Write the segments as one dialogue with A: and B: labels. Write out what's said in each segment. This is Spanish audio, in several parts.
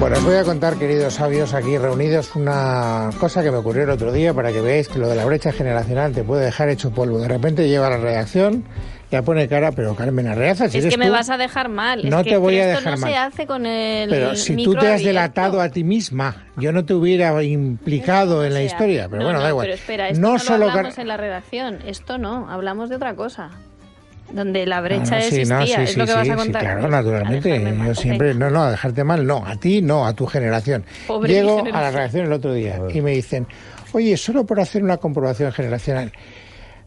A: Bueno, os voy a contar, queridos sabios, aquí reunidos, una cosa que me ocurrió el otro día para que veáis que lo de la brecha generacional te puede dejar hecho polvo. De repente llega la redacción, ya pone cara, pero Carmen Arreaza, si
B: es
A: eres
B: que me
A: tú,
B: vas a dejar mal.
A: No
B: es que
A: te voy a
B: esto
A: dejar
B: no
A: mal.
B: se hace con el.
A: Pero si tú
B: micro
A: te has
B: abierto.
A: delatado a ti misma, yo no te hubiera implicado en la
B: O sea,
A: historia, pero
B: no,
A: bueno,
B: no,
A: da igual.
B: Pero espera, esto no,
A: no, solo
B: lo
A: Car-
B: hablamos en la redacción. Esto no, hablamos de otra cosa. Donde
A: No,
B: la
A: no,
B: brecha
A: sí,
B: existía.
A: no, sí,
B: es
A: sí,
B: lo que
A: sí,
B: vas a
A: sí,
B: contar.
A: claro, naturalmente.
B: Alejarme
A: Yo
B: más,
A: siempre,
B: venga.
A: no, no, a dejarte mal, no, a ti no, a tu generación.
B: Pobre mi
A: Llego a la
B: generación.
A: redacción el otro día y me dicen, oye, solo por hacer una comprobación generacional,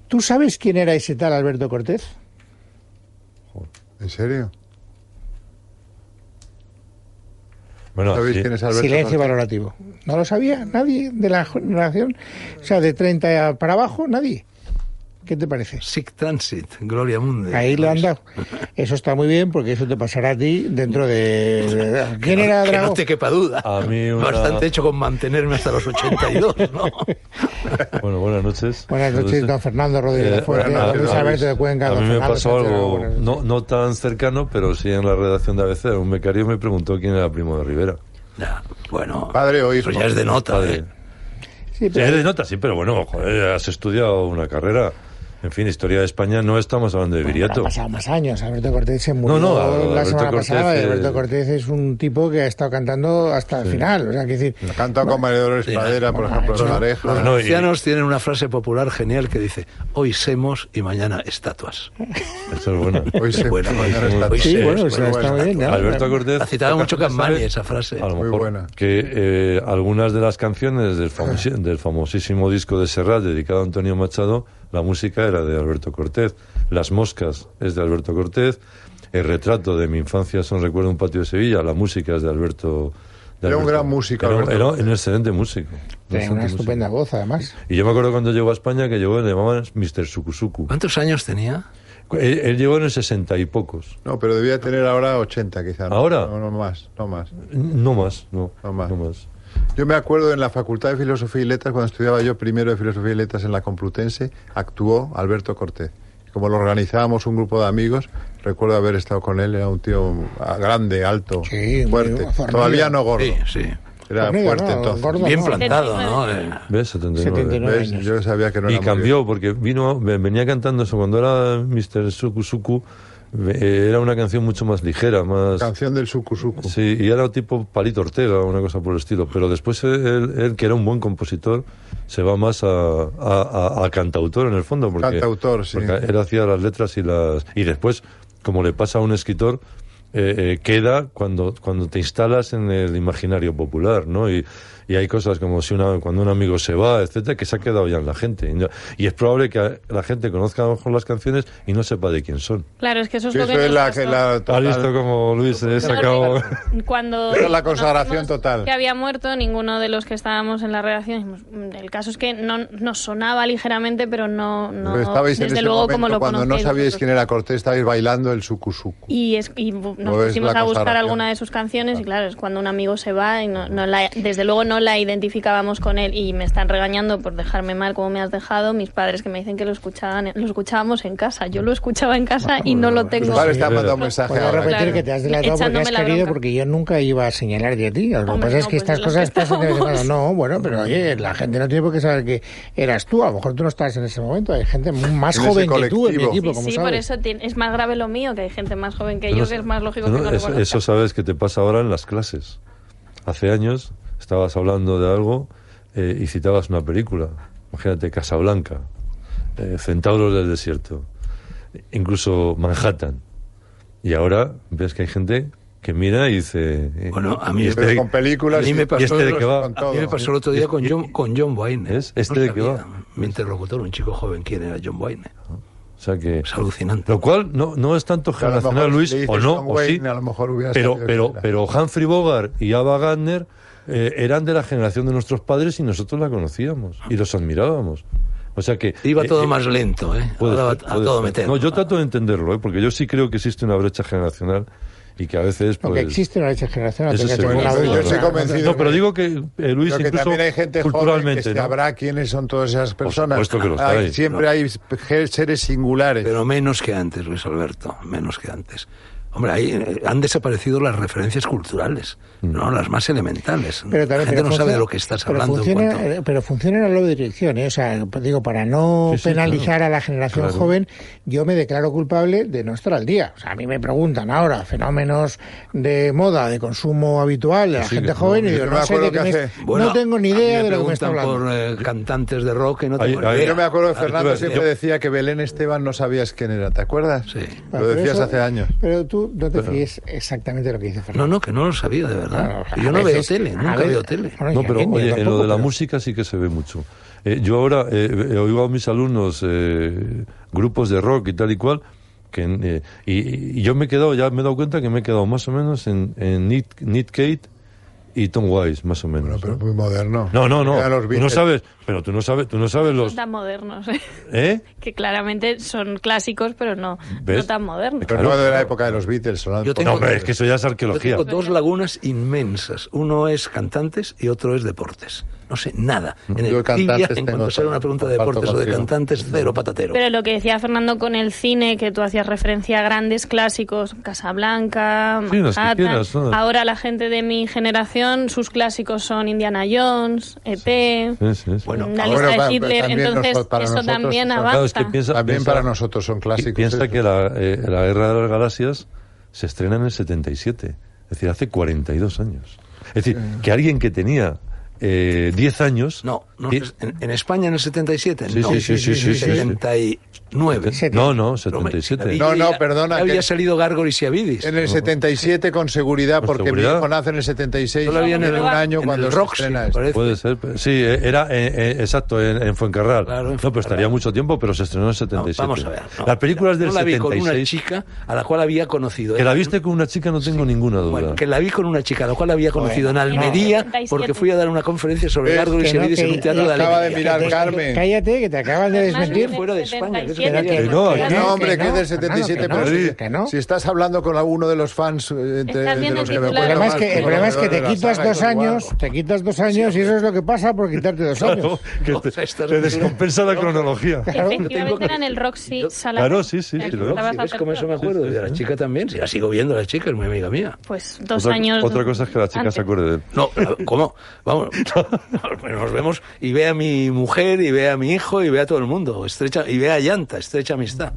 A: ¿tú sabes quién era ese tal Alberto Cortés?
C: ¿En serio?
D: Bueno,
C: ¿Sabéis
D: sí.
C: quién es Alberto?
A: Silencio
C: Cortés?
A: valorativo. No lo sabía nadie de la generación, o sea, de 30 para abajo, nadie. ¿Qué te parece?
E: Sick Transit, Gloria Mundi.
A: Ahí lo han dado. Eso está muy bien porque eso te pasará a ti dentro de... de- ¿Quién
E: Que no-
A: era
E: que
A: Drago?
E: no te quepa duda.
D: A mí una-
E: Bastante hecho con mantenerme hasta los 82, ¿no?
D: Bueno, buenas noches.
A: Buenas noches, don Fernando Rodríguez
D: Eh,
A: de Fuente,
D: buenas
A: don Luis
D: noches.
A: Alberto de Cuenca,
D: A
A: don
D: mí me
A: Fernando
D: pasó
A: Sánchez
D: algo,
A: Aragonés.
D: no, no tan cercano, pero sí en la redacción de ABC. Un becario me preguntó quién era primo de Rivera.
E: Ya, bueno,
C: Padre o hijo.
E: eso ya es de nota. ¿eh?
D: Padre.
A: Sí,
D: Sí,
A: pero-
D: es Eh, de nota, sí, pero bueno, joder, has estudiado una carrera. En fin, historia de España, no estamos hablando de
A: Han
D: Viriato.
A: pasado más años. Alberto Cortés se murió
D: no,
A: la
D: Alberto
A: semana
D: Cortés
A: pasada. y
D: es-
A: Alberto Cortés es un tipo que ha estado cantando hasta el final. O sea, que decir,
C: Ha cantado con María Dolores Pradera, por
A: Bueno,
C: ejemplo, en
A: eso-
C: la
E: Los
C: oreja.
D: No, y-
E: ancianos tienen una frase popular genial que dice: Hoy semos y mañana estatuas.
D: Eso es bueno.
C: Hoy se
E: Bueno,
C: mañana
E: hoy-
C: está-
E: hoy
A: sí,
E: sí,
A: bueno,
E: es
A: o sea,
C: muy
A: está muy
C: buena.
A: bien. ¿no?
D: Alberto Cortés.
E: La citaba mucho Campani
D: ¿sabe?
E: esa frase.
D: A lo
C: Muy
D: mejor
C: buena.
D: que eh, algunas de las canciones del, famosi- del famosísimo disco de Serrat dedicado a Antonio Machado, la música era de Alberto Cortés. Las moscas es de Alberto Cortés. El retrato de mi infancia son recuerdo un patio de Sevilla. La música es de Alberto. de
C: Era un
D: Alberto.
C: gran músico,
D: Era, un-
C: Alberto
D: era
C: Cortés.
D: un excelente músico. un
A: Tiene
D: excelente
A: una
D: músico.
A: estupenda voz, además.
D: Y yo me acuerdo cuando llegó a España que llegó, le llamaban Mr. Sukusuku.
E: ¿Cuántos años tenía?
D: Él, él llegó en el sesenta y pocos.
C: No, pero debía tener ahora 80 quizás.
D: ¿Ahora?
C: No, no más, no más.
D: No más, no.
C: No más.
D: No más.
C: Yo me acuerdo en la Facultad de Filosofía y Letras, cuando estudiaba yo primero de Filosofía y Letras en la Complutense, actuó Alberto Cortés. Como lo organizábamos un grupo de amigos, recuerdo haber estado con él, era un tío ah, grande, alto,
A: Sí, muy
C: fuerte.
A: fornido.
C: Todavía no gordo,
E: Sí, sí.
C: era
A: Fornido,
C: fuerte
A: no,
C: entonces.
A: gordo.
E: Bien
A: no.
E: plantado, ¿no? Eh,
D: ¿Ves? 79.
A: 79.
C: ¿Ves?
A: años.
C: Yo sabía que no
D: y
C: era muy
D: cambió porque vino ve- venía cantando eso cuando era Mr. Suku Suku ve- eh, era una canción mucho más ligera
C: bien.
D: más
C: Canción del Suku Suku.
D: sí y era tipo Palito Ortega una cosa por el estilo pero después él, él, que era un buen compositor se va más a, a- a- a cantautor en el fondo porque
C: Cantautor, sí.
D: porque él hacía las letras y las y después como le pasa a un escritor eh, eh, queda cuando cuando te instalas en el imaginario popular no y, y hay cosas como si una, cuando un amigo se va etcétera que se ha quedado ya en la gente Y no- y es probable que a- la gente conozca a lo mejor las canciones y no sepa de quién son
B: Claro, es que eso es
C: Que
B: lo
C: eso
B: que.
C: es
B: nos
C: la,
B: pasó.
C: que la
D: ha
C: total-
D: visto como Luis eh, he sacado
B: Cuando
C: Era la consagración
B: conocimos
C: total.
B: Que había muerto ninguno de los que estábamos en la redacción. dijimos, "Mm, El caso es que no nos sonaba ligeramente, pero no, no
C: Pues estabais en
B: desde
C: ese
B: luego
C: momento,
B: como lo
C: cuando no
B: conocéis
C: sabíais
B: vosotros.
C: quién era Cortés, estabais bailando el Suku Suku.
B: Y, es, y bu- nos
C: No es
B: pusimos
C: la
B: a buscar
C: consagración.
B: alguna de sus canciones y claro, es cuando un amigo se va y no, no la, desde luego no la identificábamos con él y me están regañando por dejarme mal como me has dejado, mis padres que me dicen que lo escuchaban, lo escuchábamos en casa, yo lo escuchaba en casa y no lo
C: Tus
B: tengo.
C: padres te han mandado un
B: Pues
C: mensaje
A: Puedo
C: ahora.
A: repetir
B: Claro.
A: que te has delatado porque
B: Echándome
A: has
B: la
A: querido,
B: bronca.
A: porque yo nunca iba a señalar de ti. Lo que
B: Hombre,
A: pasa es
B: no,
A: que
B: pues
A: estas
B: los
A: cosas
B: que
A: pasan de vez en cuando.
B: estábamos.
A: No, bueno, pero oye, la gente no tiene por qué saber que eras tú. A lo mejor tú no estabas en ese momento. Hay gente más
C: En ese
A: joven que tú en mi
C: colectivo.
A: equipo,
B: Sí,
A: como
B: sí,
A: sabes.
B: por eso tiene- es más grave lo mío, que hay gente más joven que yo, que es más lógico
D: No,
B: que no lo
D: eso,
B: conozca.
D: eso sabes que te pasa ahora en las clases. Hace años estabas hablando de algo eh, y citabas una película. Imagínate Casablanca, eh, Centauros del Desierto, incluso Manhattan. Y ahora ves que hay gente que mira y dice... eh,
E: Bueno, a mí
D: ¿y
E: este
C: Pero
D: de-
C: con películas
E: A mí
C: y-
E: me pasó,
D: ¿Y este de qué va?
E: a
C: con
E: mí
C: todo.
E: me pasó el otro día con John, con John Wayne. ¿eh?
D: ¿Es? ¿Este de qué
E: sabía.
D: va?
E: Mi interlocutor, un chico joven, ¿quién era John Wayne?
D: O sea que...
E: Es alucinante.
D: Lo cual no, no es tanto
C: A lo mejor
D: generacional,
C: si
D: Luis,
C: le dices
D: o no,
C: John
D: o sí.
C: Wayne, a lo mejor hubiera
D: pero,
C: sabido
D: pero,
C: quién era.
D: pero Humphrey Bogart y Ava Gardner eh, eran de la generación de nuestros padres y nosotros la conocíamos y los admirábamos. O sea que...
E: Iba
D: eh,
E: todo
D: eh,
E: más lento, ¿eh?
D: puede
E: Ahora
D: ser,
E: va a
D: puede
E: todo
D: ser.
E: meter.
D: No, yo trato de entenderlo, ¿eh? porque yo sí creo que existe una brecha generacional y que a veces...
A: Aunque
D: pues,
A: existe una brecha generacional,
D: Eso
A: tengas
D: seguro.
A: ninguna
D: Yo
A: duda.
D: estoy
C: convencido.
D: No, pero digo que, eh, Luis,
C: Pero que
D: incluso
C: también hay gente joven que
D: culturalmente... ¿no?
C: sabrá quiénes son todas esas personas.
D: supuesto que los
C: Hay-
D: hay,
C: siempre hay ge- seres singulares.
E: Pero menos que antes, Luis Alberto, menos que antes. Hombre, ahí eh, han desaparecido las referencias culturales,
D: Mm.
E: no las más elementales.
A: Pero también,
E: la gente
A: pero
E: no
A: funciona-
E: sabe de lo que estás
A: pero
E: hablando. en
A: Funciona,
E: cuanto-
A: eh, Pero funciona en la doble dirección, ¿eh? O sea, digo, para no
D: Sí, sí,
A: penalizar
D: claro.
A: a la generación
D: Claro.
A: joven, yo me declaro culpable de no estar al día. O sea, a mí me preguntan ahora fenómenos de moda, de consumo habitual de la
D: Sí,
A: gente
D: no,
A: joven y
D: yo
A: digo,
C: no
A: no,
C: me
A: sé de
C: acuerdo
A: qué
C: qué
A: me-
C: hace.
E: Bueno,
A: no tengo ni
E: a mí
A: idea
E: me
A: de lo que me está
E: preguntan
A: hablando.
E: por eh, cantantes de rock que no
D: Ahí-
E: tengo ni
D: ahí-
E: idea.
C: Yo me acuerdo que Fernando
D: Yo-
C: siempre decía que Belén Esteban no sabías quién era, ¿te acuerdas?
E: Sí.
A: Bueno,
C: Lo
A: pero
C: decías
A: eso-
C: hace años.
A: Pero tú no te fíes exactamente de lo que dice Fernando.
E: No, no, que no lo sabía, de
A: Bueno,
E: verdad.
A: a
E: Yo no
A: veces-
E: veo
A: a
E: tele, nunca
A: veces-
E: veo tele.
A: Bueno,
D: No,
A: y
D: pero
A: aquí ni
D: oye,
A: yo
D: en lo
A: tampoco,
D: de la
A: pero-
D: música sí que se ve mucho. Eh, yo ahora eh, eh, oigo a mis alumnos eh, grupos de rock y tal y cual, que, eh, y, y yo me he quedado, ya me he dado cuenta que me he quedado más o menos en, en Nick, Nick Cave y Tom Wise, más o menos.
C: Bueno, pero
D: ¿no?
C: muy moderno.
D: no, no,
C: Era
D: no.
C: los
D: Tú no
C: Beatles.
D: sabes, pero tú no sabes, tú no sabes los,
B: No tan modernos, ¿eh?
D: ¿eh?
B: que claramente son clásicos, pero no, no
D: ¿Ves?
B: tan modernos.
C: Pero no
D: Claro.
C: de la época de los Beatles. son-
E: Yo
D: No,
E: tengo-
D: hombre, es que eso ya es
E: Yo
D: arqueología.
E: tengo dos lagunas inmensas. Uno es cantantes y otro es deportes. No sé nada. En
C: Yo
E: el
C: cantantes
E: tibia, en
C: tengo
E: cuanto sale una pregunta de
C: comparto
E: deportes o de
C: contigo.
E: cantantes, cero patatero.
B: Pero lo que decía Fernando con el cine, que tú hacías referencia a grandes clásicos, Casablanca,
D: Sí, las que
B: Manhattan.
D: quieras, todas.
B: ahora la gente de mi generación, sus clásicos son Indiana Jones, E.T.,
D: Sí, sí, sí.
E: Bueno,
B: la
C: ahora
B: lista
C: pa-
B: de Hitler,
C: también nos-
B: entonces
C: para
B: eso
C: nosotros
B: también
C: son-
B: avanza.
D: Claro, es que piensa-
C: También
D: piensa-
C: para nosotros son clásicos.
D: Piensa
C: eso.
D: que la, eh, la Guerra de las Galaxias se estrena en el 77, es decir, hace 42 años. Es decir, que alguien que tenía eh, 10 años...
E: No, no,
D: Sí,
E: es- en, en España en el 77,
D: Sí,
E: no,
D: sí, sí, sí, sí, sí, sí.
E: 79.
D: no, no,
E: Hombre,
D: 77.
C: No, no,
E: ya-
C: perdona,
E: ya
C: que-
E: Había salido Gargoyles y Avidis.
C: En el 77 con seguridad,
D: Con
C: porque
D: seguridad.
C: mi hijo nace en el 76.
E: Yo la vi en el-
C: tiene un año
E: en
C: cuando
E: el
C: se
E: Roxy,
C: estrena este.
E: me parece.
C: esto.
D: Puede ser, pero- sí, eh, era eh, eh, exacto, en, en Fuencarral.
E: Claro, en
D: no, pero estaría
E: Fuencarral.
D: mucho tiempo, pero se estrenó en el
E: No,
D: 77.
E: vamos a ver. no,
D: Las películas
E: yo
D: del
E: la vi con una
D: 76,
E: chica a la cual había conocido.
D: que la
E: Era-
D: viste con una chica, no tengo ninguna duda.
E: Bueno, que la vi con una chica, a la cual había conocido en Almería,
B: 77.
E: porque fui a dar una conferencia sobre
C: Ves,
E: Gargoyles
A: que
E: y
A: no,
E: Avidis
A: que-
E: en un teatro de
C: acaba de
E: Almería.
C: mirar, Carmen.
A: Cállate, que te acaban de
B: Además,
A: desmentir.
B: en el
E: Fuera de España, que es
B: 77,
D: que- Que no,
A: que
C: Que no,
A: no,
C: hombre, que es
A: Fernando,
C: del 77,
A: que no,
C: pero
D: sí,
C: si-
A: que no.
C: si estás hablando con alguno de los fans, eh, entre,
B: Estás
C: de
B: viendo
C: los
B: el
C: que me
A: El
B: titular.
C: acuerdo
A: problema, es
C: más,
A: que, el
C: como
A: problema es que
C: alrededor
A: te
C: de la
A: quitas
C: saga,
A: dos
C: eso es
A: años,
C: guapo.
A: te quitas dos años y eso es lo que pasa por quitarte dos años.
D: que
E: No,
D: te,
E: esta es
D: te
E: una-
D: descompensa la cronología.
E: tengo
B: Efectivamente
E: que-
B: era en el Roxy
E: Yo-
B: Sala.
D: Claro, sí, sí,
B: Eh,
D: sí, lo
B: estaba
D: veo.
E: Sí, ¿Ves cómo eso me
B: Zapatero.
E: acuerdo?
D: Sí,
E: Y
D: sí,
E: a la
D: sí.
E: chica también, sí, la sigo viendo, la chica es muy amiga mía.
B: Pues dos
D: otra,
B: años.
D: otra cosa es que la chica
B: antes.
D: se acuerde de él.
E: No, la- ¿cómo? Vamos, nos vemos y ve a mi mujer y ve a mi hijo y ve a todo el mundo, estrecha y ve a Llanta, estrecha amistad.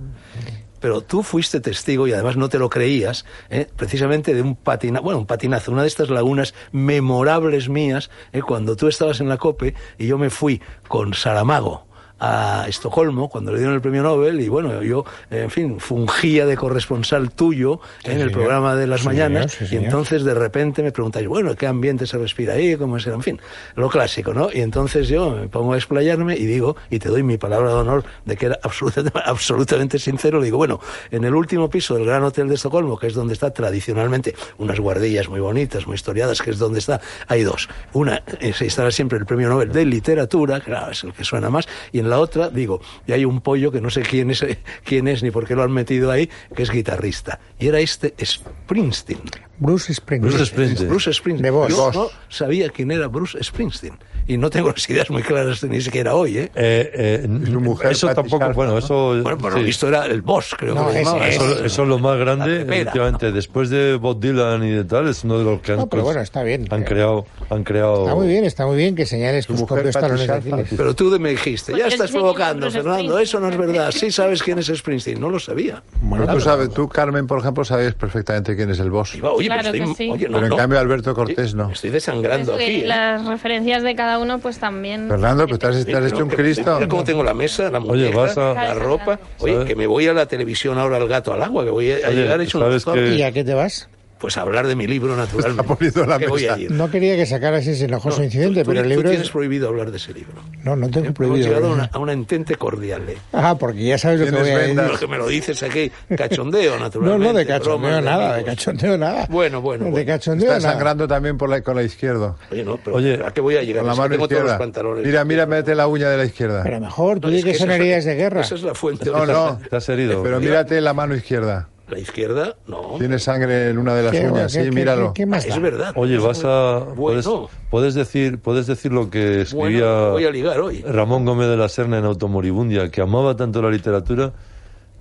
E: Pero tú fuiste testigo y además no te lo creías, ¿eh? precisamente de un patinazo, bueno, un patinazo, una de estas lagunas memorables mías, ¿eh? cuando tú estabas en la COPE y yo me fui con Saramago a Estocolmo cuando le dieron el premio Nobel y bueno, yo, en fin, fungía de corresponsal tuyo ¿eh? en el
A: señor.
E: programa de las
A: Sí,
E: mañanas
A: señor, sí,
E: y
A: señor.
E: entonces entonces de repente me preguntáis, bueno, ¿qué ambiente se respira ahí? ¿Cómo es? En fin, lo clásico, ¿no? Y entonces yo me pongo a explayarme y digo, y te doy mi palabra de honor de que era absolutamente, absolutamente sincero, le digo, bueno, en el último piso del Gran Hotel de Estocolmo, que es donde está tradicionalmente unas guardillas muy bonitas, muy historiadas, que es donde está, hay dos. Una eh, se instala siempre el Premio Nobel de Literatura, claro, es el que suena más, y en la otra, digo, y hay un pollo que no sé quién es, eh, quién es ni por qué lo han metido ahí, que es guitarrista. Y era este Springsteen.
A: Bruce Springsteen.
D: Bruce Springsteen.
E: Bruce Springsteen.
A: De voz.
E: Yo
A: Voz.
E: no sabía quién era Bruce Springsteen. Y no tengo las ideas muy claras ni siquiera hoy, ¿eh?
D: Eh, eh,
C: Y su mujer,
D: eso
C: Patty
D: tampoco,
C: Sharp,
D: bueno,
C: ¿no?
D: eso...
E: Bueno, por
D: sí.
E: lo visto era el boss, creo
A: No,
E: que
A: ese
E: lo llamaban.
A: es.
D: Eso, eso es lo más
E: La
D: grande,
E: pepera.
D: efectivamente. Después de Bob Dylan y de tal, es uno de los que han, pues
A: No, pero bueno, está bien.
D: han creado. Han creado
A: Está muy bien, está muy bien que señales tus
C: mujer,
A: propios talones
C: Patricia
A: de
C: Alfa.
A: Aquiles.
E: Pero tú me dijiste,
B: Pues
E: ya estás
B: yo sí sé quién es
E: provocando,
B: Bruce
E: Fernando, eso no es
B: Springsteen.
E: verdad. Sí sabes quién es Springsteen, no lo sabía.
C: Bueno, tú, sabes, tú, Carmen, por ejemplo, sabías perfectamente quién es el boss.
E: Y va, oye,
B: Claro
E: pero
B: que
E: estoy,
B: sí.
E: oye, no,
C: Pero en
E: no.
C: cambio, Alberto Cortés no.
E: Me
D: Este-
E: estoy
B: Pienso
E: desangrando
B: que
E: aquí, ¿eh?
B: las referencias de cada uno, pues también. Este-
C: Fernando, pero te has,
D: Este
E: Sí,
C: te has
E: pero
C: hecho un
E: que-
C: Cristo.
E: Mira cómo tengo la mesa, la
D: Oye,
E: muñeca,
D: vas a-
E: la ropa. Oye,
D: ¿Sabes?
E: que me voy a la televisión ahora al gato al agua, que voy a, a
D: Oye,
E: llegar hecho un
D: ¿sabes
E: doctor.
D: que-
A: ¿Y a qué te vas?
E: pues hablar de mi libro naturalmente.
C: Está poniendo la
E: que voy
C: mesa.
E: a ir.
A: No quería que sacaras ese enojoso
E: No,
A: incidente,
E: tú- tú-
A: pero el
E: tú
A: libro...
E: tienes
A: es-
E: prohibido hablar de ese libro. ¿eh?
A: No, no tengo prohibido. ¿eh?
E: Hemos llegado a una, a una entente cordial. ¿eh?
A: Ah, porque ya sabes lo que
C: Tienes
A: voy a decir.
C: vendas.
E: Lo que me lo dices aquí, cachondeo,
A: No,
E: naturalmente.
A: no, de
E: bromas
A: cachondeo nada, de
E: amigos.
A: cachondeo nada.
E: Bueno, bueno,
A: De
E: bueno.
A: cachondeo
C: Está
A: nada.
C: sangrando también por la, con la izquierda.
E: Oye, no, pero
D: Oye,
E: ¿a qué voy a llegar?
C: Con la
E: Es que
C: mano
E: tengo todos los
C: izquierda.
E: pantalones.
C: Mira, mira, mete la uña de la izquierda.
A: Pero mejor, tú
E: No,
A: di
E: es
A: que
E: que
A: son
E: esa es la-
A: heridas de guerra.
E: Esa es la fuente.
C: No, no.
D: Estás herido.
C: Pero mírate la mano izquierda.
E: La izquierda, no.
C: Tiene sangre en una de las
A: ¿Qué-
C: uñas.
A: qué-
C: Sí,
A: qué-
C: míralo.
A: qué- qué más da?
E: Es verdad.
D: Oye,
E: Es
D: vas
E: muy-
D: a puedes,
E: Bueno,
D: puedes decir puedes decir lo que escribía
E: bueno, voy a ligar hoy.
D: Ramón Gómez de la Serna en Automoribundia, que amaba tanto la literatura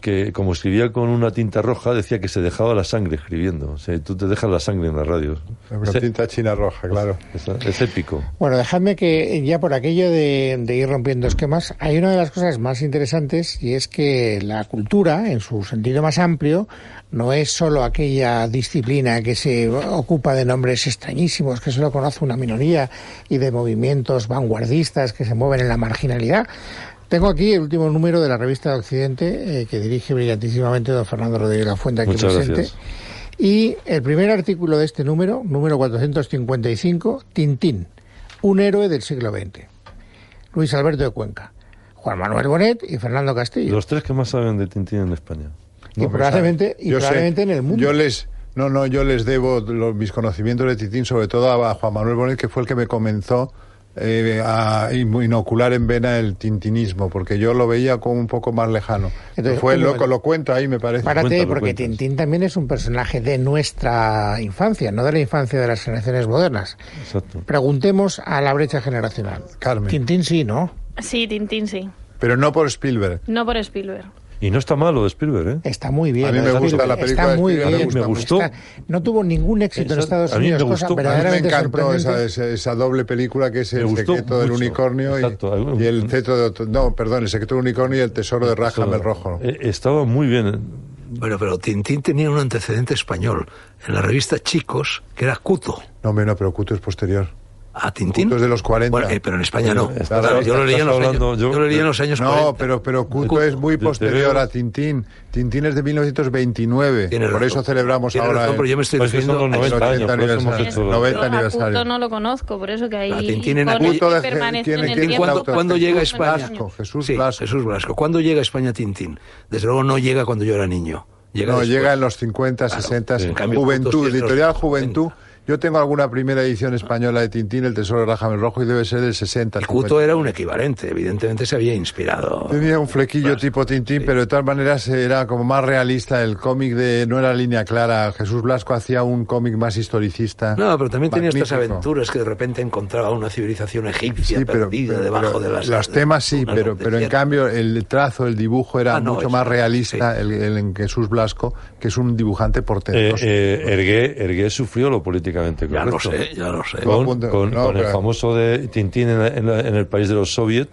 D: que como escribía con una tinta roja decía que se dejaba la sangre escribiendo. O sea, tú te dejas la sangre en la radio.
C: Con
D: Es,
C: tinta china roja, claro.
D: es- es épico.
A: Bueno, dejadme que ya por aquello de, de ir rompiendo esquemas, hay una de las cosas más interesantes y es que la cultura, en su sentido más amplio, no es solo aquella disciplina que se ocupa de nombres extrañísimos, que solo conoce una minoría y de movimientos vanguardistas que se mueven en la marginalidad. Tengo aquí el último número de la revista de Occidente eh, que dirige brillantísimamente don Fernando Rodríguez La Fuente aquí
D: Muchas
A: presente.
D: gracias.
A: Y el primer artículo de este número, número 455, Tintín, un héroe del siglo XX. Luis Alberto de Cuenca, Juan Manuel Bonet y Fernando Castillo.
D: Los tres que más saben de Tintín en España.
A: y probablemente, y
C: Yo sé,
A: probablemente en el mundo.
C: Yo les, no, no, yo les debo los- mis conocimientos de Titín, sobre todo a Juan Manuel Bonet, que fue el que me comenzó eh, a in- inocular en vena el tintinismo, porque yo lo veía como un poco más lejano.
A: Entonces,
C: fue
A: un
C: loco,
A: momento.
C: lo cuento ahí, me parece.
A: Párate,
D: Cuéntalo,
A: porque
D: cuéntanos.
A: Tintín también es un personaje de nuestra infancia, no de la infancia de las generaciones modernas.
D: Exacto.
A: Preguntemos a la brecha generacional.
C: Carmen.
A: Tintín sí, ¿no?
B: Sí, Tintín sí.
C: Pero no por Spielberg.
B: No por Spielberg.
D: Y no está malo de Spielberg, ¿eh?
A: Está muy bien.
C: A mí me
A: Está
C: gusta la
A: bien.
C: película
A: Está
C: de
A: muy
C: Spielberg,
A: bien.
D: me gustó.
A: Está- no tuvo ningún éxito en
D: Esa-
A: Estados
D: a mí me
A: Unidos, cosa
D: gustó. A mí
C: A mí
D: me
C: me
A: verdaderamente
C: encantó esa,
A: sorprendente.
C: esa, esa doble película que es
D: Me
C: El
D: gustó
C: secreto del
D: mucho.
C: unicornio y,
D: Exacto. Hay un-
C: y el teto de otro- no, perdón, El secreto del unicornio y El tesoro de Rájame el rojo.
D: Eh, estaba muy bien. Eh,
E: Bueno, pero Tintín tenía un antecedente español en la revista Chicos, que era Cuto.
C: No, hombre, no, pero Cuto es posterior.
E: A Tintín.
C: Cuto es de los 40.
E: Bueno, eh, pero en España no.
D: Estás-
E: Claro, yo, lo leía en los
D: estás hablando,
E: años,
D: yo-
E: yo lo leía en los años
C: No,
E: 40.
C: pero pero Cuto
D: Cuto,
C: es muy
D: de- te
C: posterior
D: veo.
C: a Tintín. Tintín es de 1929.
E: Tienes
C: Por
E: razón.
C: eso celebramos
E: Tienes
C: ahora
E: razón,
C: el-
E: pero yo me estoy
D: Pues que son
E: refiriendo
D: los
E: a-
D: 90 años. por eso hemos
C: aniversario.
D: hecho-
C: 90
B: Yo a
C: Ah, aniversario.
B: Puto no lo conozco, por eso que ahí
E: A Tintín en
B: con
E: aquel-
B: él
C: Puto de-
B: permanece
C: ¿quién-
B: en el
C: quién-
B: tiempo.
C: eh, cuándo-
E: ¿Cuándo, cuándo llega a España?
C: Blasco, Jesús
E: Sí,
C: Blasco.
E: Jesús Blasco. ¿Cuándo llega a España Tintín? Desde luego no llega cuando yo era niño. Llega
C: no,
E: después.
C: llega en los 50,
E: Claro,
C: 60.
E: sí. En cambio,
C: Juventud,
E: Cuto sí es
C: editorial
E: los-
C: Juventud. Yo tengo alguna primera edición española de Tintín, El Tesoro de Rájame el Rojo, y debe ser del 60.
E: Y Cuto
C: 50.
E: era un equivalente, evidentemente se había inspirado.
C: Tenía un flequillo tipo Tintín, pero de todas maneras era como más realista. El cómic de no era línea clara. Jesús Blasco hacía un cómic más historicista.
E: No, pero también tenía estas
C: Magnífico.
E: aventuras que de repente encontraba una civilización egipcia
C: Sí, pero,
E: perdida
C: pero-
E: debajo
C: pero
E: de las
C: los temas sí,
E: dunas
C: pero,
E: del
C: pero en
E: desierto.
C: cambio el trazo, el dibujo era
E: Ah, no,
C: mucho
E: eso,
C: más realista el, el en Jesús Blasco, que es un dibujante
D: Eh,
C: portentoso.
D: eh, Hergé, Hergé sufrió lo políticamente
E: Ya lo
D: correcto.
E: sé, ya lo sé.
C: No,
D: Con,
C: apunta-
D: con-
C: no,
D: con el
C: pero-
D: famoso de Tintín en, la- en la- en el país de los soviets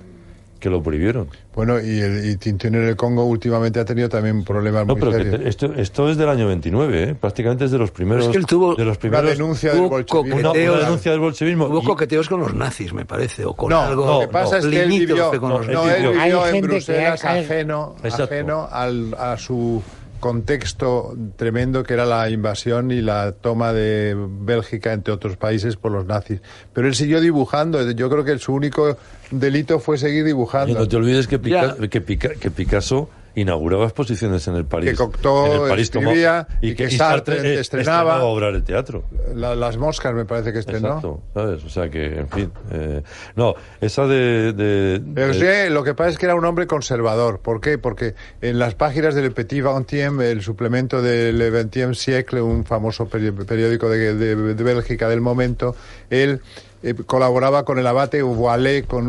D: que lo prohibieron.
C: Bueno, y, el, y Tintín en el Congo últimamente ha tenido también problemas
D: No,
C: muy
D: pero que
C: serios.
D: te- esto, esto es del año 29, ¿eh? prácticamente es de los primeros.
E: Es que él tuvo
D: de los
C: Una
D: primeros,
C: denuncia del
E: hubo
C: bolchevismo.
D: una- una
E: Teo-
D: denuncia del bolchevismo.
E: Hubo
D: Y-
E: coqueteos con los nazis, me parece, o con
C: No,
E: algo.
C: lo que pasa es que él
E: limítrofe
C: vivió,
E: con los
C: no,
E: nazis.
C: él
A: Hay
C: vivió en
A: gente que
C: Bruselas
A: hay-
C: ajeno,
D: Exacto.
C: ajeno al, a su contexto tremendo que era la invasión y la toma de Bélgica, entre otros países, por los nazis. Pero él siguió dibujando. Yo creo que su único delito fue seguir
D: Oye,
C: dibujando.
D: no te olvides que, Pica-
E: Ya.
D: que, Pica- que Picasso inauguraba exposiciones en el París.
C: Que Cocteau
D: en el París tomó-
C: escribía y que Sartre
D: eh,
C: estrenaba.
D: obra de teatro.
C: La- las moscas, me parece que este, estrenó.
D: Exacto, ¿sabes? O sea que, en fin. eh, no, esa de. de- de-
C: Hergé, lo que pasa es que era un hombre conservador. ¿Por qué? Porque en las páginas del Petit Vingtième, el suplemento del XXe siècle, un famoso peri- periódico de, de- de Bélgica del momento, él eh, colaboraba con el abate Voilé, con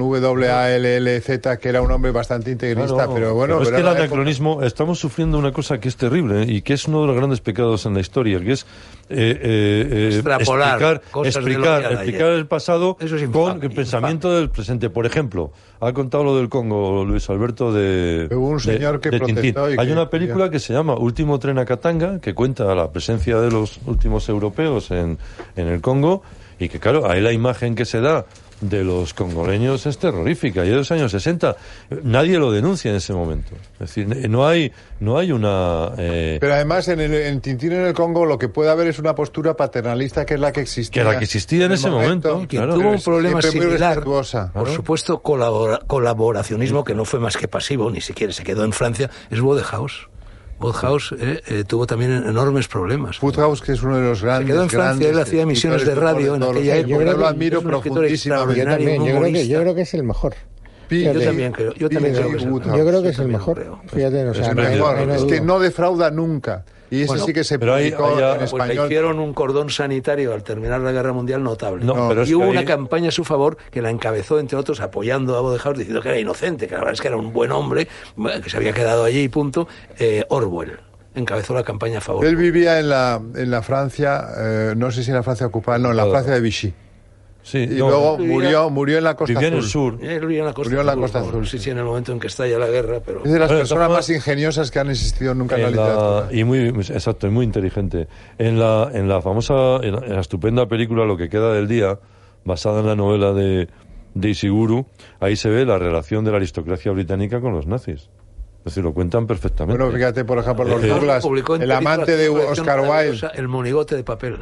C: W-A-L-L-Z, que era un hombre bastante integrista,
D: Claro.
C: pero bueno...
D: es
C: pero
D: que el
C: era la época-
D: anacronismo, estamos sufriendo una cosa que es terrible ¿eh? y que es uno de los grandes pecados en la historia, que es eh, eh, eh,
E: Extrapolar
D: explicar,
E: cosas de lo
D: explicar,
E: que era
D: explicar
E: ayer.
D: el pasado
E: Eso es infame,
D: con el
E: infame.
D: pensamiento del presente. Por ejemplo, ha contado lo del Congo Luis Alberto de,
C: Hubo un
D: de-
C: señor que
D: de Tintín.
C: protestó y
D: Hay
C: que-
D: una película que se llama Último tren a Katanga, que cuenta la presencia de los últimos europeos en, en el Congo y que claro, ahí la imagen que se da de los congoleños es terrorífica y de los años 60 nadie lo denuncia en ese momento. Es decir, no hay, no hay una... eh,
C: Pero además en, el- en Tintín en el Congo lo que puede haber es una postura paternalista que es la que existía.
D: Que la que existía en ese momento,
E: Quien
D: Claro,
E: tuvo
D: pero
E: un problema
C: siempre muy
E: similar,
C: respetuosa.
E: por
D: Claro.
E: supuesto, colabora- colaboracionismo que no fue más que pasivo, ni siquiera se quedó en Francia, es Wodehouse. Wodehouse eh, eh, tuvo también enormes problemas.
C: Woodhouse, que es uno de los grandes.
E: quedó en Francia,
C: grandes
E: él hacía emisiones de
C: escritores
E: radio en
C: todos los
E: aquella
C: tiempos.
A: época.
C: Yo lo admiro
E: Es un escritor
A: Yo
E: extraordinario.
C: profundísimamente.
A: también,
E: un
A: yo creo, que,
E: humorista.
A: yo creo que es el mejor. Yo
C: Pi-
E: Yo
A: Fíjate.
E: también creo, yo también
C: Pi-
E: creo que es el
C: Woodhouse.
E: mejor.
A: Yo creo que
E: Yo
A: es el
E: también
A: mejor.
E: creo.
A: Fíjate, o
C: pues Es,
A: sea,
C: el
A: no hay-
C: mejor,
A: no hay
C: es
A: duda.
C: que no defrauda nunca. Y ese
E: Bueno,
C: sí que se
D: pero ahí-
C: publicó
D: ahí ya-
C: en
D: pues
E: Pues le
C: español.
E: hicieron un cordón sanitario al terminar la guerra mundial notable.
D: No, No. pero es
E: y hubo
D: que
E: una
D: ahí-
E: campaña a su favor que la encabezó, entre otros, apoyando a Bodejaus, diciendo que era inocente, que la verdad es que era un buen hombre, bueno, que se había quedado allí y punto. Eh, Orwell encabezó la campaña a favor.
C: Él vivía en la, en la Francia, eh, no sé si en la Francia ocupada, no, en la
D: Claro.
C: Francia de Vichy.
D: sí,
C: Y
D: no,
C: luego
E: Vivía-
C: murió, murió en la Costa
D: vivía en el
C: Azul.
D: sur.
E: Él vivió en la Costa
C: Murió en la
E: Eh, Azul,
C: Costa
E: por-
C: Azul,
E: Sí,
C: sí.
E: sí, en el momento en que estalla la guerra, pero...
C: Es de las
D: Bueno, de todas
C: personas
D: formas-
C: más ingeniosas que han existido nunca en la
D: En la-
C: literatura.
D: y muy exacto y muy inteligente en la en la famosa en la, en la estupenda película lo que queda del día basada en la novela de de Isiguru ahí se ve la relación de la aristocracia británica con los nazis es decir lo cuentan perfectamente
C: Bueno, fíjate, por ejemplo, los
D: Eh,
C: Douglas,
E: Publicó en
C: el
E: Perito
C: amante de
E: la colección
C: Oscar Wilde,
E: maravillosa, El monigote de papel.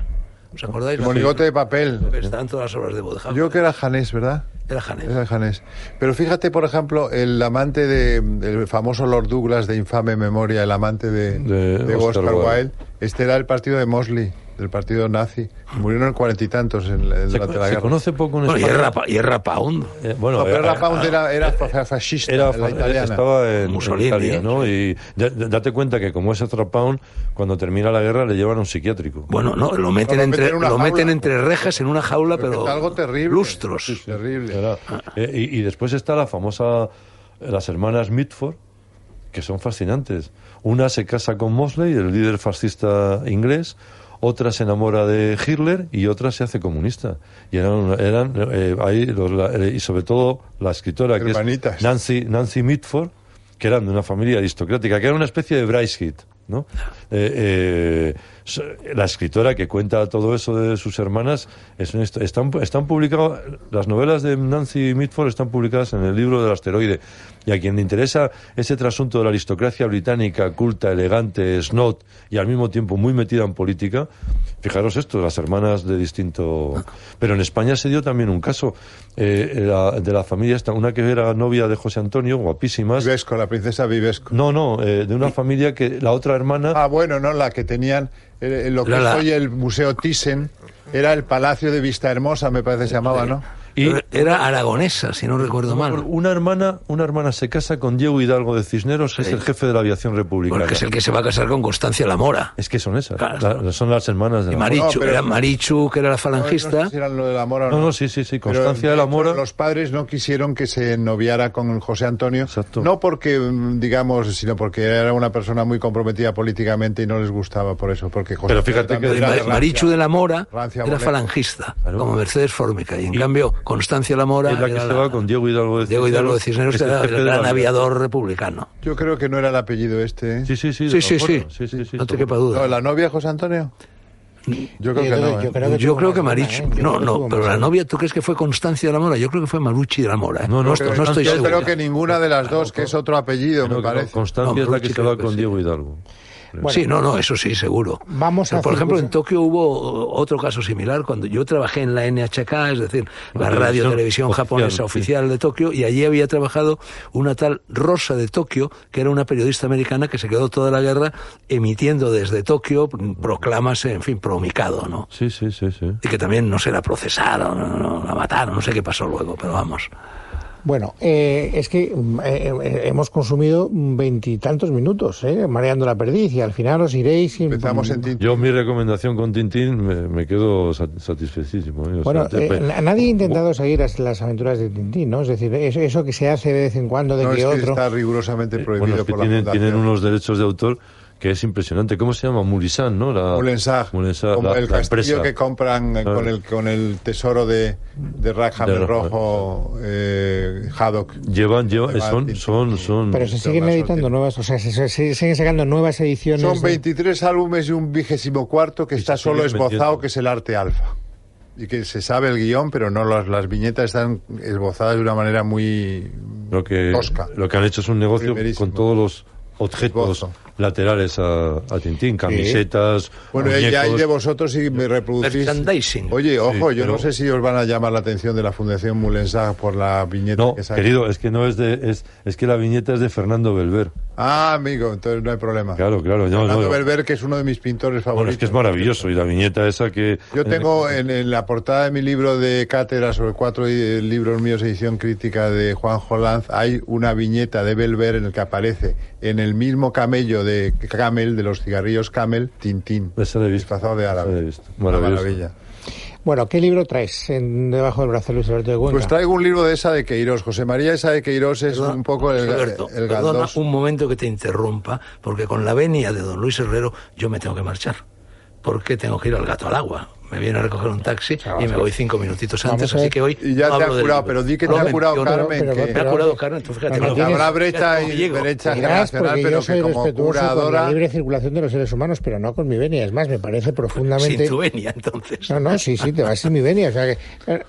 E: ¿Os acordáis?
C: el monigote de papel.
E: Están todas las obras de Bodejaus.
C: Yo creo que era Janés, ¿verdad?
E: Ah, Era Janés.
C: Era Janés. Pero fíjate, por ejemplo, el amante de, el famoso Lord Douglas de infame memoria, el amante de,
D: De
C: de Oscar,
D: Oscar
C: Wilde,
D: Wilde.
C: este era el partido de Mosley, del partido nazi. Murieron en cuarenta y tantos en, la-
D: se,
C: durante la
D: se
C: guerra.
D: conoce poco en
E: Bueno, y es
D: España.
E: rapa- y es Rapahondo.
D: Eh, bueno,
C: No, pero
D: eh,
C: la Pound era, era fa- fascista,
D: era
C: la italiana.
D: estaba en, en
E: Mussolini,
D: Italia, ¿no? Y da- da- date cuenta que como es otro pound, cuando termina la guerra le llevan a un psiquiátrico.
E: Bueno, no, lo meten,
C: Lo meten
E: entre,
C: en una
E: lo
C: jaula.
E: meten entre rejas en una jaula, pero.
C: Está algo terrible.
E: Lustros.
C: Sí, Terrible.
D: Era- eh, y, y después está la famosa, eh, las hermanas Mitford, que son fascinantes. Una se casa con Mosley, el líder fascista inglés, otra se enamora de Hitler y otra se hace comunista. Y eran, una- eran eh, ahí los- la- eh, y sobre todo la escritora que
C: Hermanitas.
D: es Nancy, Nancy Mitford, que eran de una familia aristocrática, que era una especie de Bryce ¿no? Eh, eh, so- la escritora que cuenta todo eso de sus hermanas es una histo- están, están publicadas las novelas de Nancy Mitford están publicadas en el libro del asteroide y a quien le interesa ese trasunto de la aristocracia británica culta elegante snob y al mismo tiempo muy metida en política fijaros esto las hermanas de distinto pero en España se dio también un caso eh, la- de la familia esta una que era novia de José Antonio guapísimas
C: Vivesco, la princesa Vivesco.
D: no, no, eh, de una familia que la otra hermana.
C: Ah, bueno, no, la que tenían, eh, eh, lo que
E: La- la-
C: es hoy el Museo Thyssen, era el Palacio de Vista Hermosa, me parece que se llamaba, ¿no?
D: y
E: Era aragonesa, si Ah, no recuerdo mal.
D: una hermana, una hermana se casa con Diego Hidalgo de Cisneros, que es el jefe de la aviación republicana.
E: Porque es el que se va a casar con Constancia la Mora.
D: Es que son esas,
E: Claro.
D: la- son las hermanas de
E: Y
D: la
E: Marichu,
C: pero-
E: era Marichu, que era la
C: No, no
E: falangista.
C: sé si eran lo de la Mora o
D: No, no, sí, sí, sí,
C: Pero,
D: Constancia de la
C: hecho,
D: Mora.
C: Los padres no quisieron que se noviara con José Antonio.
D: Exacto.
C: No porque, mm, digamos, sino porque era una persona muy comprometida políticamente y no les gustaba por eso. Porque José
D: Pero fíjate
C: Antonio
D: que-
C: era
D: Mar-
C: de
E: Mar-
C: Francia.
E: Marichu de la Mora
C: Francia
E: era
C: Boleta.
E: falangista,
D: Claro.
E: como Mercedes Formica. Y en cambio, Constancia la Mora
D: es la que
E: era
D: se va con Diego Hidalgo de Cisneros.
E: Diego Hidalgo de Cisneros,
D: es
E: que
D: el
E: era
D: jefe
E: el
D: de la
E: gran
D: aviación.
E: aviador republicano.
C: Yo creo que no era el apellido este. ¿eh?
D: Sí, sí, sí. de
E: Sí, sí, sí.
D: acuerdo. sí, sí, sí,
E: No te
D: de
E: quepa
D: acuerdo.
C: No,
E: duda.
C: ¿La novia de José Antonio?
A: Yo
C: Yo creo que
A: creo-
C: no. ¿eh?
A: yo creo que
E: yo
A: tuvo
E: creo
A: más
E: que
A: hermana,
E: Marichu,
A: ¿eh? Yo
E: no,
A: creo que
E: no,
A: tuvo
E: pero
A: más
E: la
A: hermana.
E: novia, ¿tú crees que fue Constancia de la Mora? Yo creo que fue Marucci de la Mora. ¿eh?
D: No, no,
E: estoy-
D: pero
C: Yo
E: estoy
C: creo
E: seguro.
C: que ninguna de las dos, que es otro apellido,
D: No,
C: me
D: que no,
C: parece.
D: Constancia
E: No,
D: es la que
E: Ruchi
D: se va
E: creo que
D: con
E: sí.
D: Diego Hidalgo.
A: Bueno,
E: Sí, no, no, eso sí, seguro.
A: Vamos
E: Pero,
A: a
E: por ejemplo, en
A: circunsa-
E: Tokio hubo otro caso similar cuando yo trabajé en la NHK, es decir, la
D: La
E: radio
D: televisión
E: televisión
D: oficial,
E: japonesa
D: sí.
E: oficial de Tokio, y allí había trabajado una tal Rosa de Tokio, que era una periodista americana que se quedó toda la guerra emitiendo desde Tokio proclamas, en fin, promicado, ¿no?
D: Sí, sí, sí, sí.
E: Y que también no será procesada, no, no, la mataron, no sé qué pasó luego, pero vamos.
A: Bueno, eh, es que mm, eh, eh, hemos consumido mm, veintitantos minutos eh, mareando la perdiz y al final os iréis. sin-
C: Empezamos en Tintín.
D: Yo mi recomendación con Tintín me, me quedo sat- satisfecísimo. ¿eh? O
A: Bueno,
D: sea, te-
A: eh, na- nadie ha intentado seguir las, las aventuras de Tintín, ¿no? Es decir, eso, eso que se hace de vez en cuando, de
C: No,
A: que
C: es que
A: otro.
C: está rigurosamente prohibido
D: Eh, Bueno, es que
C: por la
D: tienen, tienen
C: fundación.
D: unos derechos de autor que es impresionante. ¿Cómo se llama? Mulisan, ¿no? La,
C: Mulensag,
D: Mulensag,
C: como
D: la-
C: el
D: la
C: castillo
D: empresa.
C: que compran eh,
D: Claro.
C: con el con el tesoro de de Rajam
D: De
C: el
D: Rajam.
C: rojo eh, Haddock.
D: Llevan, llevan,
C: Llevan
D: son,
C: tinta.
D: son, son.
A: Pero se
C: Pero
A: siguen
C: más
A: editando
C: útil.
A: nuevas, o sea, se, se- se siguen sacando nuevas ediciones. eh.
C: Son
A: de-
C: 23 álbumes y un vigésimo cuarto que
D: Y
C: está
D: se
C: solo
D: siguen
C: esbozado
D: vendiendo.
C: que es el arte alfa. Y que se sabe el guión, pero no las, las viñetas están esbozadas de una manera muy
D: Lo que,
C: tosca.
D: lo que han hecho es un negocio
C: Primerísimo.
D: con todos los objetos
C: Esbozo.
D: laterales a, a Tintín, camisetas,
C: Bueno, eh, ya hay
D: muñecos.
C: de vosotros y me reproducís.
E: Merchandising.
C: Oye, ojo, yo
D: pero-
C: no sé si os van a llamar la atención de la Fundación Mulensag por la viñeta
D: No,
C: que saca.
D: querido, es que no es de es, es que la viñeta es de Fernando Belver.
C: Ah, amigo, entonces no hay problema.
D: Claro, claro, no,
C: Ah. Fernando
D: no, no.
C: Berber, que es uno de mis pintores favoritos.
D: Pues Bueno, es que es maravilloso y la viñeta esa que
C: Yo tengo en, en la portada de mi libro de cátedra sobre cuatro eh, libros míos, edición crítica de Juan Jolanz, hay una viñeta de Belver en el que aparece en el mismo camello de Camel, de los cigarrillos Camel, Tintín,
D: Esa la he visto.
C: disfrazado de
D: Esa la he
C: árabe.
D: visto.
C: Una
D: Pues, Maravilloso.
C: maravilla.
A: Bueno, ¿qué libro traes en- debajo del brazo, Luis Alberto de Cuenca?
C: Pues traigo un libro de esa de Queiroz. José María esa de Queiroz es
E: Perdona,
C: un poco el,
E: Alberto,
C: el
E: perdona
C: gandós.
E: un momento que te interrumpa, porque con la venia de don Luis Herrero yo me tengo que marchar, porque tengo que ir al gato al agua. Me viene a recoger un taxi y me voy cinco minutitos
A: Vamos
E: antes,
A: a
E: así
A: ver.
E: que hoy...
C: Y ya
E: no
C: te ha
E: hablo del
C: curado,
E: libro.
C: pero di que te
E: No
C: ha
E: me-
C: curado,
E: yo no-
C: Carmen, que-
E: Me ha curado Carmen, tú fíjate.
A: Pero
E: cómo-
A: tienes-
C: Habrá brecha
E: cómo
C: y
E: llego.
C: brecha
A: Dirás,
C: generacional,
A: porque
C: pero
A: yo soy
C: que como
A: respetuoso con la
C: curadora...
A: libre circulación de los seres humanos, pero no con mi venia. Es más, me parece profundamente...
E: Sin tu venia, entonces.
A: No, no, sí, sí, te vas sin mi venia. O sea, que,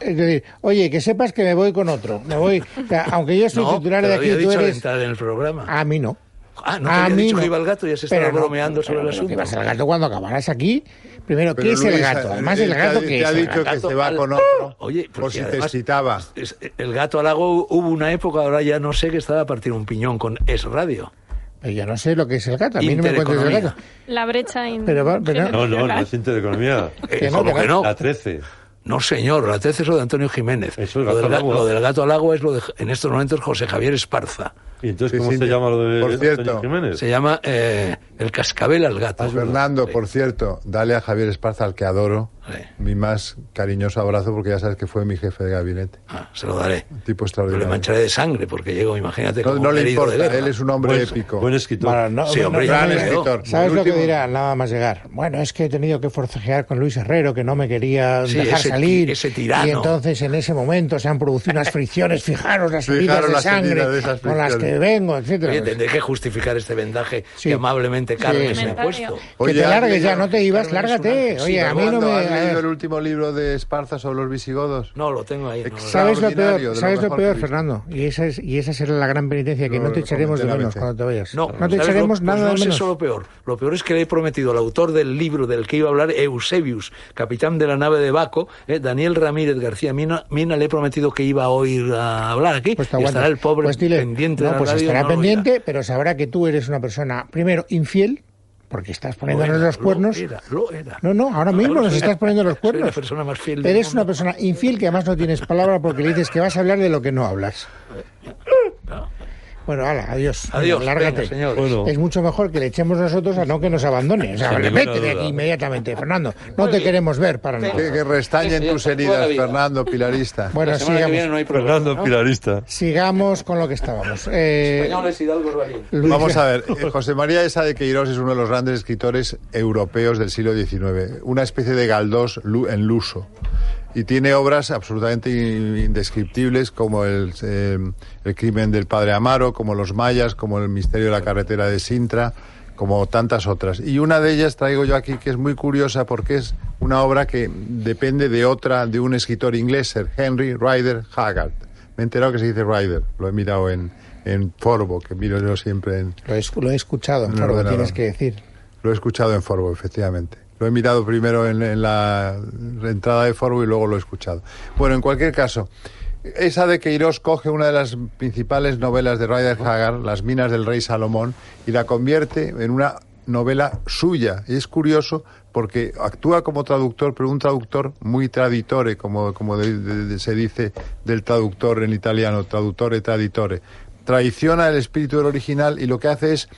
A: es decir, oye, que sepas que me voy con otro. Me voy, o sea, aunque yo soy
E: No,
A: titular
E: te
A: de
E: lo
A: aquí,
E: había
A: tú
E: dicho al
A: eres...
E: entrar en el programa.
A: A mí no.
E: Ah, no te
A: a
E: había
A: mí
E: dicho
A: no.
E: que iba el gato y se estaba
A: Pero no,
E: bromeando sobre el
A: pero que
E: asunto.
A: vas al gato cuando acabarás aquí? Primero, ¿qué
C: Pero
A: es el
C: Luis,
A: gato? Además,
C: él
A: el gato
C: te, ha-
A: que
C: te
A: es.
C: ha
A: el
C: dicho
A: gato?
C: que se va
E: al-
C: con otro.
E: Oye,
C: por
E: porque
C: si te
E: además-
C: excitaba.
E: Es- El gato al lago hubo una época, ahora ya no sé, que estaba a partir un piñón con Es Radio.
A: Pero Pues yo no sé lo que es el gato. A mí no me encuentro el
E: Intereconomía.
A: gato.
B: La brecha en-
A: Pero va- pero
D: No, no, no es Intereconomía.
E: Eh,
A: Que no,
E: ¿cómo
A: que
E: que
A: no.
E: no?
D: La 13.
E: No, señor, la tesis es lo de Antonio Jiménez.
D: Eso
E: lo,
D: es gato
E: del
D: al
E: ga-
D: agua.
E: lo del gato al agua es lo de, en estos momentos, José Javier Esparza.
D: ¿Y entonces
C: Sí,
D: cómo
C: sí,
D: se
C: sí.
D: llama lo de
C: Por
D: Antonio
C: cierto,
D: Jiménez?
E: Se llama eh, El cascabel al gato.
C: Ah, Pues Fernando, por cierto, dale a Javier Esparza, al que adoro,
E: Sí.
C: mi más cariñoso abrazo, porque ya sabes que fue mi jefe de gabinete.
E: Ah, se lo daré.
C: Un
E: Pero le
C: tipo extraordinario.
E: mancharé de sangre porque llego, imagínate.
C: No,
E: como
C: no
E: un
C: le
E: herido de
C: importa,
E: guerra. Pues,
C: él es un hombre
D: Buen-
C: épico.
D: Buen escritor.
A: Bueno, no,
E: Sí, hombre,
A: no,
C: gran
A: no, no,
C: escritor.
A: ¿Sabes
C: El
A: lo que
C: último-
A: dirán? Nada más llegar. Bueno, es que he tenido que forcejear con Luis Herrero, que no me quería
E: Sí,
A: dejar
E: ese ti-
A: salir.
E: ese tirano.
A: Y entonces en ese momento se han producido unas fricciones, fijaros las
C: Fijaros
A: heridas de
C: las
A: sangre
C: heridas de esas
A: con las que
C: fricciones.
A: vengo, etcétera.
E: Oye, tendré que justificar este vendaje
A: Sí.
E: que amablemente Carmen
A: Sí.
E: me ha puesto.
A: que te
C: ¿has
A: largues ya,
C: leído-
A: no te
E: Carmen es
A: ibas,
E: un
A: lárgate.
E: ángel. Sí,
A: Oye, a mí no
C: Fernando,
A: me...
C: ¿Has
A: a ver.
C: leído el último libro de Esparza sobre los visigodos?
E: No, lo tengo ahí. no lo-
C: Exacto.
A: ¿Sabes lo
C: extraordinario,
A: peor,
C: de lo
A: ¿sabes lo
C: mejor que
A: peor
C: he visto.
A: Fernando? Y esa, es, y esa será la gran penitencia, que
C: Lo
A: no te echaremos de
C: recomendé la
A: menos
C: vez.
A: cuando te vayas.
E: No,
A: te
E: ¿sabes
A: echaremos
E: lo-
A: nada
E: pues no
A: de
E: es
A: menos.
E: eso lo peor. Lo peor es que le he prometido al autor del libro del que iba a hablar, Eusebius, capitán de la nave de Baco, eh, Daniel Ramírez García Mina, Mina, le he prometido que iba a oír a hablar aquí.
A: Pues
E: y
A: te aguantas.
E: estará el pobre
A: Pues dile,
E: pendiente
A: no,
E: de la
A: pues
E: radio,
A: estará
E: no lo oirá.
A: pendiente, pero sabrá que tú eres una persona, primero, infiel, porque estás poniéndonos
E: Lo era,
A: los cuernos.
E: Lo era, lo era.
A: No, no, ahora
E: No,
A: mismo
E: lo
A: nos
E: soy.
A: estás poniendo los
E: Soy
A: cuernos.
E: la persona más fiel del
A: Eres
E: mundo.
A: una persona infiel que además no tienes palabra porque le dices que vas a hablar de lo que no hablas. Bueno, hala, adiós.
E: Adiós,
A: Venga, lárgate.
E: venga, señor.
D: Bueno.
A: Es mucho mejor que le echemos nosotros a no que nos abandone. O sea,
D: Sin
A: vete
D: ninguna
A: de
D: duda.
A: aquí inmediatamente, Fernando. No te queremos ver para nada.
C: Que, que restañen
E: Sí, sí,
C: tus
E: toda la
C: heridas,
E: vida.
C: Fernando, pilarista.
A: Bueno,
E: La semana que
A: sigamos.
E: viene no hay programa.
D: Fernando Pilarista.
A: Sigamos con lo que estábamos. Eh,
E: Españoles, hidalgos, valientes.
A: Luis-
C: Vamos a ver, eh, José María Esa de Queiroz es uno de los grandes escritores europeos del siglo XIX, una especie de galdós lu- en luso. Y tiene obras absolutamente in- indescriptibles como el, eh, el crimen del padre Amaro, como los mayas, como el misterio de la carretera de Sintra, como tantas otras. Y una de ellas traigo yo aquí que es muy curiosa porque es una obra que depende de otra, de un escritor inglés, Sir Henry Ryder Haggard. Me he enterado que se dice Ryder, lo he mirado en, en Forbo, que miro yo siempre en,
A: Lo he, escu- lo he escuchado,
C: No,
A: claro,
C: no,
A: lo
C: no,
A: tienes
C: no.
A: que decir.
C: Lo he escuchado en Forbo, efectivamente. Lo he mirado primero en, en la entrada de Forbo y luego lo he escuchado. Bueno, en cualquier caso, esa de Queiroz coge una de las principales novelas de Ryder Haggard, Las minas del rey Salomón, y la convierte en una novela suya. Y es curioso porque actúa como traductor, pero un traductor muy traditore, como, como de- de- de- se dice del traductor en italiano, traductore, traditore. Traiciona el espíritu del original y lo que hace es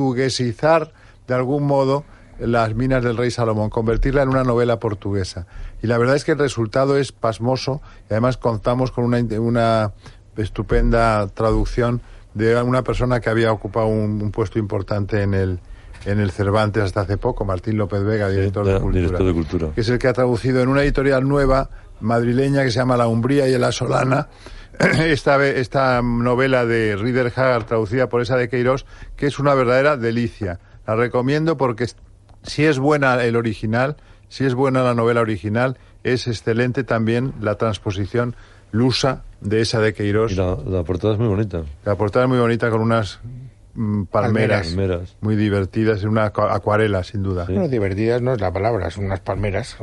C: portuguesizar de algún modo las minas del rey Salomón, convertirla en una novela portuguesa. Y la verdad es que el resultado es pasmoso y además contamos con una, una estupenda traducción de una persona que había ocupado un, un puesto importante en el, en el Cervantes hasta hace poco, Martín López Vega, director,
D: da-
C: de Cultura,
D: director de Cultura.
C: que es el que ha traducido en una editorial nueva madrileña que se llama La Umbría y La Solana. Esta, ve- esta novela de Reader Haggard traducida por esa de Queiroz, que es una verdadera delicia. La recomiendo porque es- si es buena el original, si es buena la novela original, es excelente también la transposición lusa de esa de Queiroz.
D: Y la, la portada es muy bonita.
C: La portada es muy bonita con unas mm, palmeras,
D: Palmeras.
C: muy divertidas, una acua- acuarela sin duda.
A: Bueno, divertidas no es la palabra, son unas palmeras.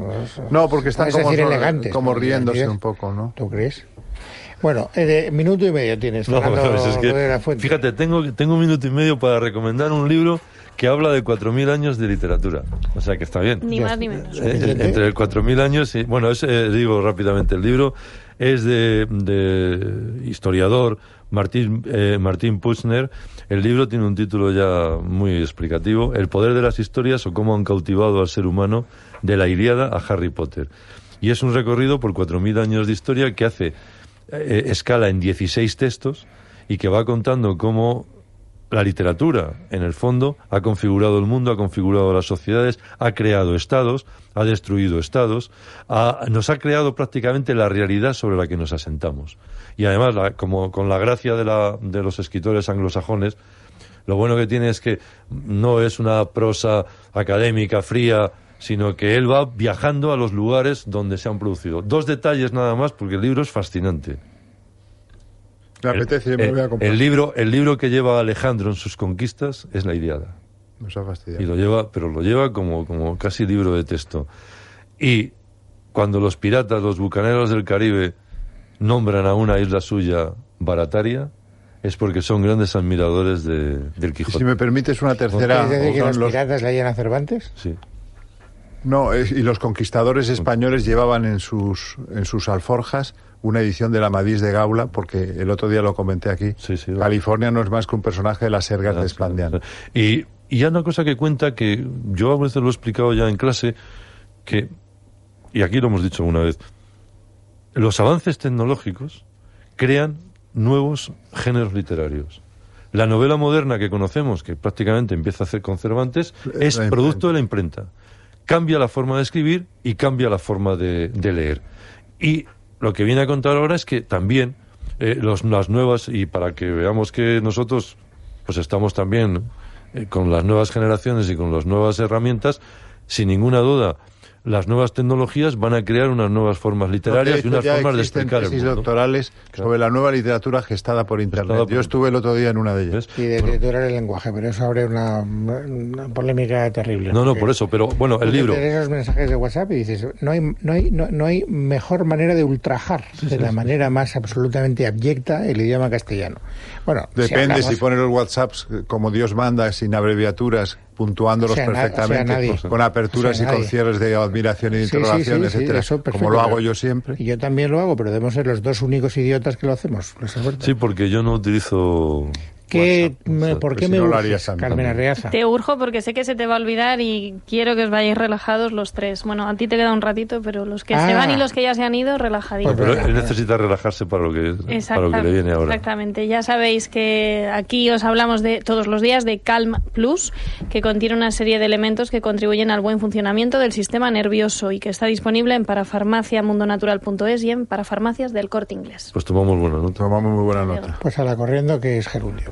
C: No, porque están
A: Es
C: como,
A: decir,
C: ro-
A: elegantes,
C: como
A: ¿no?
C: riéndose
A: Divertidas.
C: un poco, ¿no?
A: ¿Tú crees? Bueno, eh, de- minuto y medio tienes.
D: No,
A: Fernando
D: pues es que-
A: Rodríguez de la Fuente.
D: fíjate, tengo, tengo un minuto y medio para recomendar un libro que habla de 4.000 años de literatura. O sea que está bien.
B: Ni
A: Ya
B: más
A: está.
B: ni menos.
D: Eh,
A: Suficiente.
D: entre el 4.000 años y... Bueno, es, eh, digo rápidamente, el libro es de, de historiador Martín, eh, Martín Puchner. El libro tiene un título ya muy explicativo, El poder de las historias o cómo han cautivado al ser humano de la Iliada a Harry Potter. Y es un recorrido por 4.000 años de historia que hace eh, escala en 16 textos y que va contando cómo la literatura, en el fondo, ha configurado el mundo, ha configurado las sociedades, ha creado estados, ha destruido estados, ha- nos ha creado prácticamente la realidad sobre la que nos asentamos. Y además, la- como con la gracia de, la- de los escritores anglosajones, lo bueno que tiene es que no es una prosa académica fría, sino que él va viajando a los lugares donde se han producido. Dos detalles nada más, porque el libro es fascinante.
C: Me apetece,
D: El-
C: me voy a
D: el-
C: comprar.
D: el libro, el libro que lleva Alejandro en sus conquistas es la Iliada.
C: Nos ha
D: Y
C: fastidiado.
D: lo lleva, pero lo lleva como, como casi libro de texto. Y cuando los piratas, los bucaneros del Caribe, nombran a una isla suya barataria, es porque son grandes admiradores de, del
C: Y
D: Quijote.
C: si me permites una tercera...
A: ¿Quieres decir que
C: son
A: los
C: los-
A: piratas leían a Cervantes?
D: Sí.
C: No, es- y los conquistadores españoles llevaban en sus, en sus alforjas una edición del Amadís de Gaula, porque el otro día lo comenté aquí.
D: Sí, sí.
C: California no es más que un personaje de las sergas de Esplandián.
D: Y, y ya una cosa que cuenta que yo a veces lo he explicado ya en clase, que, y aquí lo hemos dicho una vez, los avances tecnológicos crean nuevos géneros literarios. La novela moderna que conocemos, que prácticamente empieza a hacer con Cervantes, es
C: la imprenta.
D: producto de la imprenta. Cambia la forma de escribir y cambia la forma de, de leer. Y lo que viene a contar ahora es que también eh, los- las nuevas, y para que veamos que nosotros pues estamos también eh, con las nuevas generaciones y con las nuevas herramientas, sin ninguna duda, las nuevas tecnologías van a crear unas nuevas formas literarias
C: De hecho,
D: y unas
C: ya
D: formas de
C: existen
D: explicar el
C: tesis
D: mundo.
C: doctorales
D: Claro.
C: sobre la nueva literatura gestada por Internet.
D: Gestada por-
C: Yo estuve el otro día en una de ellas.
D: ¿Ves?
A: Y de triturar el lenguaje, pero eso abre una, una polémica terrible.
D: No, no,
A: porque-
D: por eso, pero bueno, el
A: porque
D: libro.
A: te lees los mensajes de WhatsApp y dices, no hay, no hay, no, no hay mejor manera de ultrajar de la manera más absolutamente abyecta el idioma castellano. Bueno, si
C: Depende si,
A: hablamos-
C: pones los WhatsApps eh, como Dios manda, sin abreviaturas, puntuándolos
A: O sea, na- o sea,
C: perfectamente,
A: nadie.
C: con aperturas
A: O sea,
C: y con
A: nadie.
C: cierres de admiración y de
A: Sí, sí,
C: interrogación,
A: sí, sí,
C: etcétera,
A: eso
C: como
A: perfecto,
C: lo
A: pero-
C: hago yo siempre.
A: Y yo también lo hago, pero debemos ser los dos únicos idiotas que lo hacemos. Luis Alberto.
D: Sí, porque yo no utilizo.
A: ¿Qué,
D: WhatsApp,
A: me-
D: WhatsApp.
A: ¿Por qué
C: pues si
A: me
C: no lo
A: urges,
C: harías también.
A: Carmen Arreaza?
B: Te urjo porque sé que se te va a olvidar y quiero que os vayáis relajados los tres. Bueno, a ti te queda un ratito, pero los que se
A: Ah.
B: van y los que ya se han ido, relajaditos.
D: Pues, Pero
A: Venga,
D: él
A: venga.
D: necesita relajarse para lo que, para lo que le viene ahora.
B: Exactamente. Ya sabéis que aquí os hablamos de todos los días de Calm Plus, que contiene una serie de elementos que contribuyen al buen funcionamiento del sistema nervioso y que está disponible en parafarmaciamundonatural.es y en parafarmacias del Corte Inglés.
D: Pues tomamos buena nota.
C: Tomamos muy buena nota.
A: Pues a la corriendo que es gerundio.